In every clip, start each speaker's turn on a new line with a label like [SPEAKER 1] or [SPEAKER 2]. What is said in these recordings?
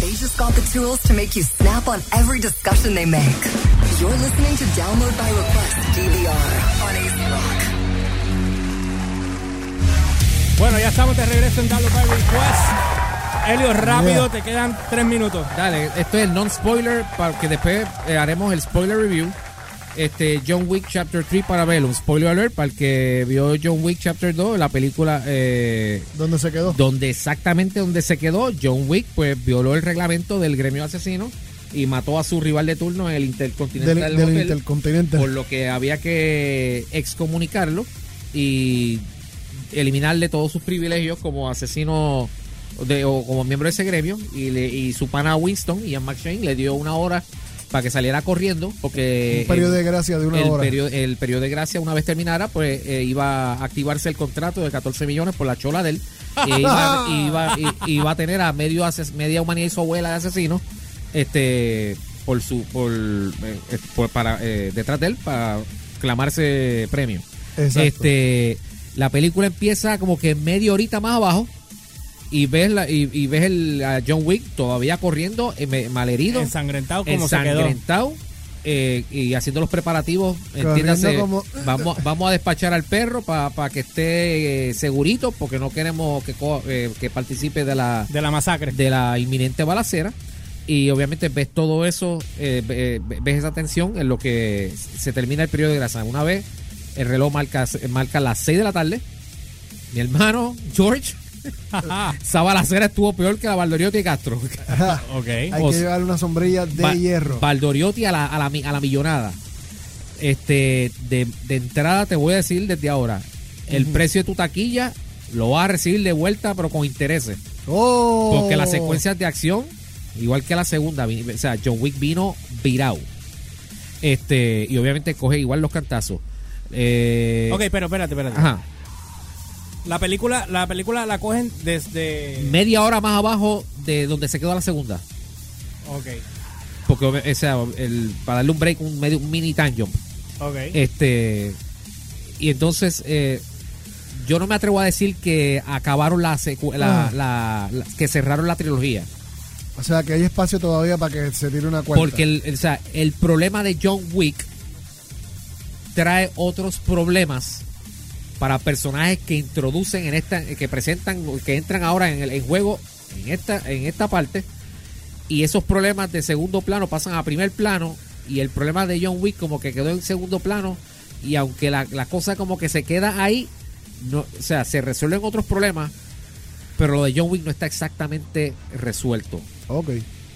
[SPEAKER 1] They just got the tools to make you snap on every discussion they make. You're listening to Download by Request DVR on Ace Rock.
[SPEAKER 2] Bueno, ya estamos de regreso en Download by Request. Elio, pues, rápido, te quedan tres minutos.
[SPEAKER 3] Dale, esto es el non-spoiler, para que después eh, haremos el spoiler review. Este, John Wick Chapter 3 para Velo, un spoiler alert para el que vio John Wick Chapter 2, la película eh,
[SPEAKER 4] ¿Dónde se quedó?
[SPEAKER 3] donde exactamente donde se quedó, John Wick pues violó el reglamento del gremio asesino y mató a su rival de turno en el Intercontinental
[SPEAKER 4] Del, del
[SPEAKER 3] Hotel,
[SPEAKER 4] intercontinente.
[SPEAKER 3] por lo que había que excomunicarlo y eliminarle todos sus privilegios como asesino de- o como miembro de ese gremio y, le- y su pana Winston, Ian McShane, le dio una hora para que saliera corriendo porque
[SPEAKER 4] Un periodo
[SPEAKER 3] el-
[SPEAKER 4] de gracia de una
[SPEAKER 3] el
[SPEAKER 4] hora.
[SPEAKER 3] periodo, el periodo de gracia, una vez terminara, pues eh, iba a activarse el contrato de 14 millones por la chola de él. E iba, iba- i- iba a tener a medio ases- media humanidad y su abuela de asesino este, por su, por, eh, eh, por- para, eh, detrás de él para clamarse premio.
[SPEAKER 4] Exacto.
[SPEAKER 3] Este, la película empieza como que media horita más abajo. Y ves, la, y, y ves el, a John Wick todavía corriendo, eh, me- malherido
[SPEAKER 2] Ensangrentado como se quedó.
[SPEAKER 3] ensangrentado eh, y haciendo los preparativos.
[SPEAKER 4] Corriendo
[SPEAKER 3] Entiéndase,
[SPEAKER 4] como-
[SPEAKER 3] vamos, vamos a despachar al perro para que esté eh, segurito, porque no queremos que, co- eh, que participe de la,
[SPEAKER 2] De la masacre.
[SPEAKER 3] de la inminente balacera. Y obviamente ves todo eso, eh, ve- ve- ves esa tensión en lo que se termina el periodo de grasa. Una vez el reloj marca, marca las 6 de la tarde, mi hermano George, esa balacera estuvo peor que la Valdoriotti de Castro.
[SPEAKER 2] ok.
[SPEAKER 4] Hay
[SPEAKER 3] o
[SPEAKER 4] que
[SPEAKER 3] sea,
[SPEAKER 4] llevar una sombrilla de
[SPEAKER 3] Ba-
[SPEAKER 4] hierro.
[SPEAKER 3] Valdoriotti a la, a la, mi- a la millonada. Este, de, de entrada te voy a decir desde ahora, el precio de tu taquilla lo vas a recibir de vuelta, pero con intereses.
[SPEAKER 4] ¡Oh!
[SPEAKER 3] Porque las secuencias de acción, igual que la segunda, vi- o sea, John Wick vino virado. Este, y obviamente coge igual los cantazos. Eh,
[SPEAKER 2] Ok, pero espérate, espérate.
[SPEAKER 3] Ajá.
[SPEAKER 2] La película, la película la cogen desde.
[SPEAKER 3] Media hora más abajo de donde se quedó la segunda.
[SPEAKER 2] Ok,
[SPEAKER 3] Porque, o sea, el- para darle un break, un, medio, un mini time jump.
[SPEAKER 2] ok.
[SPEAKER 3] Este. Y entonces, eh, yo no me atrevo a decir que acabaron la, secu- la-
[SPEAKER 4] Ah.
[SPEAKER 3] la- la- que cerraron la trilogía.
[SPEAKER 4] O sea, que hay espacio todavía para que se tire una cuarta.
[SPEAKER 3] Porque el, el- o sea, el problema de John Wick trae otros problemas para personajes que introducen en esta, que presentan, que entran ahora en el en juego en esta, en esta parte, y esos problemas de segundo plano pasan a primer plano, y el problema de John Wick como que quedó en segundo plano, y aunque la, la cosa como que se queda ahí, no, o sea, se resuelven otros problemas, pero lo de John Wick no está exactamente resuelto.
[SPEAKER 4] Ok.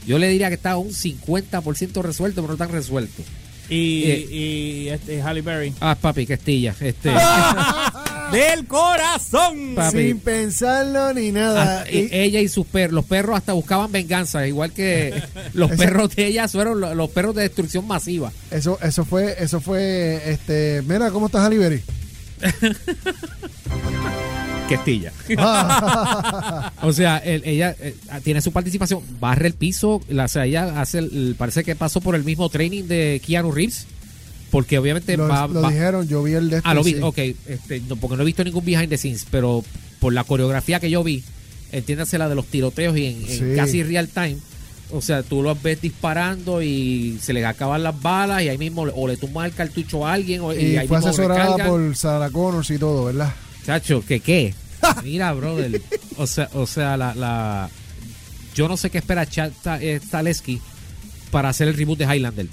[SPEAKER 3] Yo le diría que está un 50% resuelto, pero no tan resuelto.
[SPEAKER 2] Y,
[SPEAKER 3] Eh.
[SPEAKER 2] y este Halle Berry.
[SPEAKER 3] Ah, papi, Castilla. Este,
[SPEAKER 4] Ah,
[SPEAKER 2] ¡Del corazón!
[SPEAKER 3] Papi. eh,
[SPEAKER 4] Sin pensarlo ni nada.
[SPEAKER 3] hasta-
[SPEAKER 4] Y-
[SPEAKER 3] ah, e-, ella y sus perros. Los perros hasta buscaban venganza, igual que los
[SPEAKER 4] Esa-
[SPEAKER 3] perros de ella fueron lo- los perros de destrucción masiva.
[SPEAKER 4] eso, eso fue, eso fue, este, mira cómo estás Aliberi.
[SPEAKER 3] Castilla.
[SPEAKER 4] Ah,
[SPEAKER 3] o sea, él- ella eh, tiene su participación, barre el piso, la, o sea, ella hace, el- parece que pasó por el mismo training de Keanu Reeves, porque obviamente
[SPEAKER 4] Lo,
[SPEAKER 3] Este va-
[SPEAKER 4] lo
[SPEAKER 3] va-
[SPEAKER 4] dijeron, yo vi el de este,
[SPEAKER 3] Ah, lo vi,
[SPEAKER 4] sí.
[SPEAKER 3] ok. Este, no, porque no he visto ningún behind the scenes, pero por la coreografía que yo vi, entiéndase la de los tiroteos y en, en
[SPEAKER 4] Sí.
[SPEAKER 3] casi real time. O sea, tú los ves disparando y se les acaban las balas y ahí mismo le- o le tumban el cartucho a alguien o, y,
[SPEAKER 4] Y
[SPEAKER 3] ahí
[SPEAKER 4] fue
[SPEAKER 3] mismo
[SPEAKER 4] asesorada
[SPEAKER 3] recargan.
[SPEAKER 4] por Sarah Connors y todo, ¿verdad?
[SPEAKER 3] Chacho, ¿qué qué? Mira, brother. O sea, o sea la, la- Yo no sé qué espera Chad Ta- eh, Stahelski para hacer el reboot de Highlander.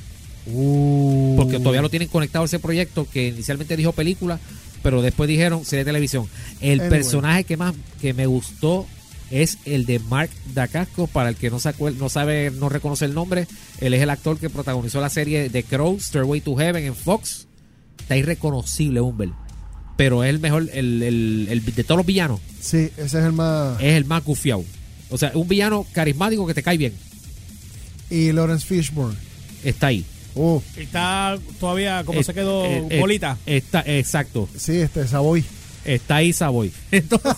[SPEAKER 4] Uh,
[SPEAKER 3] Porque todavía lo tienen conectado a ese proyecto que inicialmente dijo película, pero después dijeron serie de televisión. El
[SPEAKER 4] Anyway.
[SPEAKER 3] personaje que más que me gustó es el de Mark Dacasco. Para el que no, se acuer- no sabe, no reconoce el nombre, él es el actor que protagonizó la serie The Crow, Stairway to Heaven en Fox. Está irreconocible, Humbert. Pero es el mejor, el, el- el- de todos los villanos,
[SPEAKER 4] Sí, ese es el más.
[SPEAKER 3] es el más gufiado. O sea, un villano carismático que te cae bien.
[SPEAKER 4] Y Lawrence Fishburne.
[SPEAKER 3] Está ahí.
[SPEAKER 4] Oh,
[SPEAKER 2] Está todavía como
[SPEAKER 3] Eh,
[SPEAKER 2] se quedó
[SPEAKER 3] eh, eh,
[SPEAKER 2] bolita.
[SPEAKER 3] Está, exacto.
[SPEAKER 4] sí, este, Savoy.
[SPEAKER 3] Está ahí Savoy. Entonces,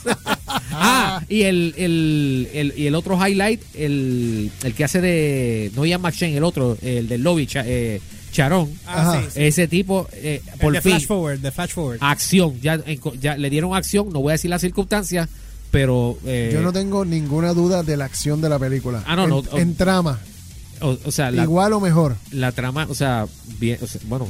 [SPEAKER 3] ah, y el, el, el- y el otro highlight, el, el que hace de. No Ian McShane, el otro, el del lobby, Cha- eh, Charón.
[SPEAKER 2] ah,
[SPEAKER 4] ajá.
[SPEAKER 2] sí, sí.
[SPEAKER 3] Ese tipo, eh,
[SPEAKER 2] El
[SPEAKER 3] por
[SPEAKER 2] de
[SPEAKER 3] fin, Ah,
[SPEAKER 2] flash forward, de flash forward.
[SPEAKER 3] acción. Ya, en- ya le dieron acción, no voy a decir las circunstancias, pero eh,
[SPEAKER 4] Yo no tengo ninguna duda de la acción de la película.
[SPEAKER 3] Ah, no,
[SPEAKER 4] en,
[SPEAKER 3] no, oh.
[SPEAKER 4] en trama,
[SPEAKER 3] o, o sea, la,
[SPEAKER 4] igual o mejor.
[SPEAKER 3] la trama, o sea, bien, o sea, bueno,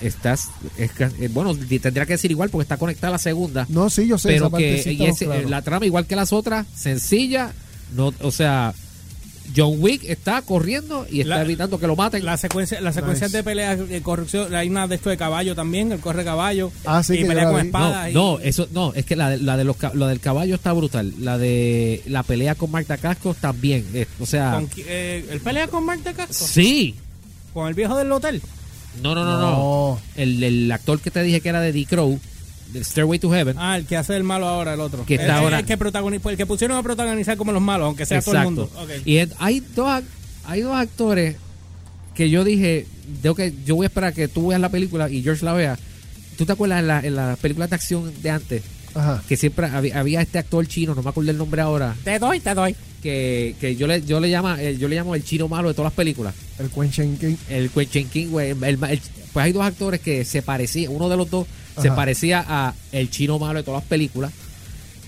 [SPEAKER 3] estás, es ca- eh, bueno, di- tendría que decir igual porque está conectada la segunda,
[SPEAKER 4] No, sí, yo sé
[SPEAKER 3] pero
[SPEAKER 4] esa parte
[SPEAKER 3] que
[SPEAKER 4] sí
[SPEAKER 3] y
[SPEAKER 4] estamos
[SPEAKER 3] ese- eh,
[SPEAKER 4] claros.
[SPEAKER 3] la trama igual que las otras, sencilla, no, o sea, John Wick está corriendo y está
[SPEAKER 2] La-
[SPEAKER 3] evitando que lo maten.
[SPEAKER 2] La secuencia, las secuencias
[SPEAKER 4] Nice.
[SPEAKER 2] de peleas de corrupción, hay una de esto de caballo también, el corre caballo
[SPEAKER 4] Ah, sí, que
[SPEAKER 2] y
[SPEAKER 4] yo
[SPEAKER 2] pelea
[SPEAKER 4] la
[SPEAKER 2] con
[SPEAKER 4] vi.
[SPEAKER 2] espadas.
[SPEAKER 3] no,
[SPEAKER 2] y-
[SPEAKER 3] no, eso no, es que la, de- la de los, ca- la del caballo está brutal, la de la pelea con Marta Cascos también, eh, o sea,
[SPEAKER 2] con qui- eh, ¿Él pelea con Mark de Casco?
[SPEAKER 3] sí,
[SPEAKER 2] ¿Con el viejo del hotel?
[SPEAKER 3] no, no, no, no,
[SPEAKER 4] No.
[SPEAKER 3] El, el actor que te dije que era de D. Crow, del Stairway to Heaven,
[SPEAKER 2] Ah, el que hace el malo ahora, el otro.
[SPEAKER 3] Que está
[SPEAKER 2] El- el-
[SPEAKER 3] ahora-
[SPEAKER 2] El que, protagoni- pues, el que pusieron a protagonizar como los malos, aunque sea todo el mundo. Ok.
[SPEAKER 3] Y en- hay dos, ac- hay dos actores que yo dije, tengo que, yo voy a esperar que tú veas la película y George la vea. ¿Tú te acuerdas en la- en las películas de acción de antes?
[SPEAKER 4] Ajá.
[SPEAKER 3] Que siempre había, había este actor chino, no me acuerdo el nombre ahora,
[SPEAKER 2] Te doy, te doy.
[SPEAKER 3] que, que yo le yo le llama eh, yo le llamo el chino malo de todas las películas.
[SPEAKER 4] El Quenchen King.
[SPEAKER 3] El Quentin King, güey, el- el- el- pues hay dos actores que se parecían, uno de los dos se
[SPEAKER 4] Ajá.
[SPEAKER 3] parecía a el chino malo de todas las películas.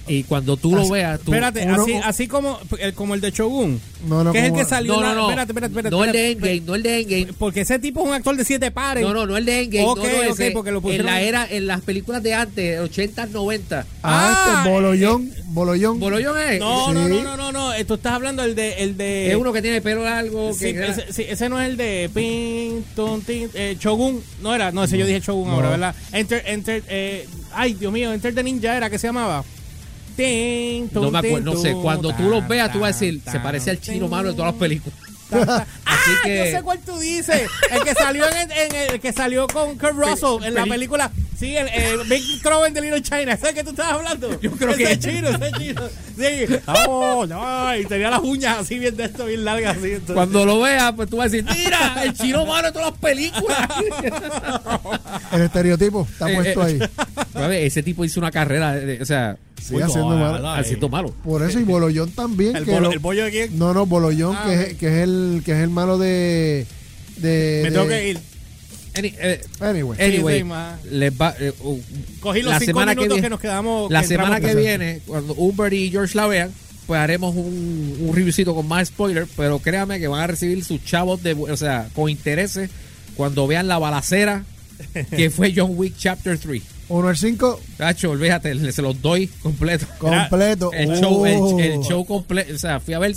[SPEAKER 3] Y cuando tú lo
[SPEAKER 4] Así-
[SPEAKER 3] veas, tú
[SPEAKER 2] Espérate,
[SPEAKER 4] uno-
[SPEAKER 2] así, así como, el, como el de Shogun.
[SPEAKER 4] No, no,
[SPEAKER 2] que es el
[SPEAKER 4] como-
[SPEAKER 2] que salió.
[SPEAKER 3] No,
[SPEAKER 2] en la-
[SPEAKER 3] no, no.
[SPEAKER 2] Espérate, espérate, espérate.
[SPEAKER 3] no el
[SPEAKER 2] espérate,
[SPEAKER 3] de Endgame, no el de Endgame.
[SPEAKER 2] Porque ese tipo es un actor de siete pares.
[SPEAKER 3] No, no, no el de Endgame. no,
[SPEAKER 2] Ok,
[SPEAKER 3] no,
[SPEAKER 2] ok,
[SPEAKER 3] ese.
[SPEAKER 2] porque lo pusieron-
[SPEAKER 3] En la era, en las películas de antes, 80, 90.
[SPEAKER 4] Ah, este
[SPEAKER 2] Ah,
[SPEAKER 4] Bolollón. Bolollón.
[SPEAKER 3] eh, Bolollón es,
[SPEAKER 2] No, no,
[SPEAKER 4] Sí.
[SPEAKER 2] no, no, no, no. eh, Tú estás hablando el de, el de.
[SPEAKER 3] eh, es uno que tiene pelo largo.
[SPEAKER 2] Sí,
[SPEAKER 3] que-
[SPEAKER 2] ese, sí, ese no es el de Pin, Tun, Tin, eh, Shogun, no era, no, ese yo dije Shogun ahora, ¿verdad? Enter, enter, eh, ay, Dios mío, Enter the Ninja era que se llamaba. Tin, tun,
[SPEAKER 3] no me acuerdo,
[SPEAKER 2] tin,
[SPEAKER 3] no sé.
[SPEAKER 2] tun,
[SPEAKER 3] Cuando tú
[SPEAKER 2] tan,
[SPEAKER 3] los veas, tú vas a
[SPEAKER 2] tan,
[SPEAKER 3] decir, se
[SPEAKER 2] tan,
[SPEAKER 3] parece al chino
[SPEAKER 2] tin,
[SPEAKER 3] malo de todas las películas.
[SPEAKER 2] tan, tan.
[SPEAKER 3] Así
[SPEAKER 2] ah,
[SPEAKER 3] que-
[SPEAKER 2] yo sé cuál tú dices. El que salió en, en el que salió con Kurt Russell en la
[SPEAKER 3] peli-
[SPEAKER 2] película, sí, el, eh, Big Trouble in the Little China, ¿sabes qué tú estabas hablando? Yo
[SPEAKER 3] creo que-
[SPEAKER 2] es chino, ese es chino. Sí, vamos, no, y tenía las uñas así bien de esto, bien largas así. entonces-
[SPEAKER 3] Cuando lo veas, pues tú vas a decir, mira, el chino malo de todas las películas.
[SPEAKER 4] El estereotipo está
[SPEAKER 3] Eh,
[SPEAKER 4] puesto
[SPEAKER 3] eh,
[SPEAKER 4] ahí.
[SPEAKER 3] A ver, ese tipo hizo una carrera, de- de- o sea,
[SPEAKER 4] Sigue haciendo mal.
[SPEAKER 2] Ay.
[SPEAKER 3] haciendo malo.
[SPEAKER 4] Por eso, y Bolollón también.
[SPEAKER 2] El,
[SPEAKER 4] que
[SPEAKER 2] bolo-
[SPEAKER 4] lo-
[SPEAKER 2] el bollo de quién?
[SPEAKER 4] No, no, Bolollón,
[SPEAKER 2] Ah,
[SPEAKER 4] que,
[SPEAKER 2] ok.
[SPEAKER 4] es, que, es el, que es el malo de. de
[SPEAKER 2] Me
[SPEAKER 4] de-
[SPEAKER 2] tengo que ir.
[SPEAKER 3] Any- eh,
[SPEAKER 4] Anyway.
[SPEAKER 3] Anyway,
[SPEAKER 2] Pues, sí, ma.
[SPEAKER 3] les va, eh, uh,
[SPEAKER 2] Cogí los cinco
[SPEAKER 3] semana
[SPEAKER 2] minutos
[SPEAKER 3] vi-
[SPEAKER 2] que nos quedamos,
[SPEAKER 3] La
[SPEAKER 2] que
[SPEAKER 3] semana
[SPEAKER 2] entramos
[SPEAKER 3] que
[SPEAKER 2] presentes.
[SPEAKER 3] viene, cuando Uber y George la vean, pues haremos un, un reviewcito con más spoilers, pero créanme que van a recibir sus chavos de, bu- o sea, con intereses cuando vean la balacera que fue John Wick Chapter 3.
[SPEAKER 4] Uno al cinco,
[SPEAKER 3] Cacho, olvídate, le- se los doy completo.
[SPEAKER 4] completo.
[SPEAKER 3] El show, el,
[SPEAKER 4] Oh.
[SPEAKER 3] el show completo, o sea, fui a ver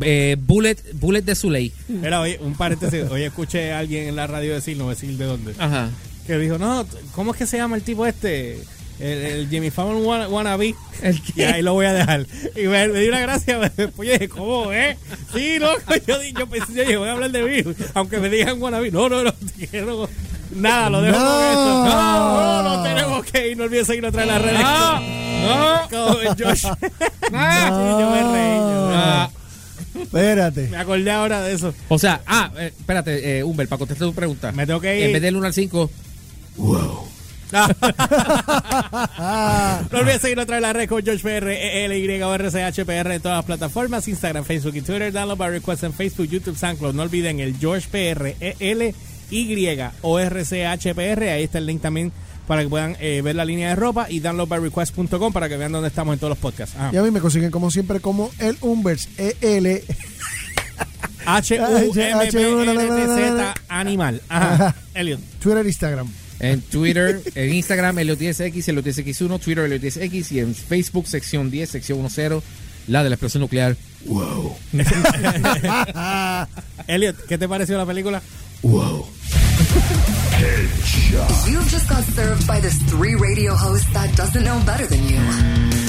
[SPEAKER 3] eh, Bullet, Bullet de Zuley.
[SPEAKER 2] Era, oye, un paréntesis. Hoy escuché a alguien en la radio decir, no voy a decir de dónde,
[SPEAKER 3] Ajá.
[SPEAKER 2] que dijo, no, t- ¿cómo es que se llama el tipo este? El, el Jimmy Fallon wanna- wannabe.
[SPEAKER 3] ¿El
[SPEAKER 2] Y
[SPEAKER 3] qué?
[SPEAKER 2] ahí lo voy a dejar. Y me, me dio una gracia. Después yo dije, ¿cómo, eh? Sí, loco. Yo, di- yo pensé, yo dije, voy a hablar de mí. Aunque me digan wannabe. No, no, no. quiero- nada, lo dejo
[SPEAKER 4] No.
[SPEAKER 2] con esto. No, no, no tenemos que ir. No olvides seguirnos atrás en las redes.
[SPEAKER 3] no,
[SPEAKER 2] Como el Josh. Sí, yo me reí. yo me reí.
[SPEAKER 3] Ah.
[SPEAKER 4] Espérate.
[SPEAKER 2] Me acordé ahora de eso.
[SPEAKER 3] O sea, ah, eh, espérate, eh, Humber, para contestar tu pregunta.
[SPEAKER 2] Me tengo que ir.
[SPEAKER 3] En vez del 1 al 5,
[SPEAKER 2] No olvides seguirnos a través de la red con George E PR, ELYRCHPR en todas las plataformas, Instagram, Facebook y Twitter, download by request en Facebook, YouTube, SoundCloud. No olviden el George E PR, ELYORCHPR. Ahí está el link también para que puedan eh, ver la línea de ropa y downloadbyrequest.com para que vean dónde estamos en todos los podcasts.
[SPEAKER 4] Y a mí me consiguen como siempre como el E Umbers EL
[SPEAKER 2] H U M P N Z Animal. Ajá. Elliot.
[SPEAKER 4] Twitter Instagram.
[SPEAKER 3] en Twitter, en Instagram, LOTSX, LOTSX1, Twitter, LOTSX y en Facebook, sección 10, sección 10, la de la explosión nuclear.
[SPEAKER 4] Ah,
[SPEAKER 2] Elliot, ¿qué te pareció la película?
[SPEAKER 1] You've just got served by this three radio host that doesn't know better than you.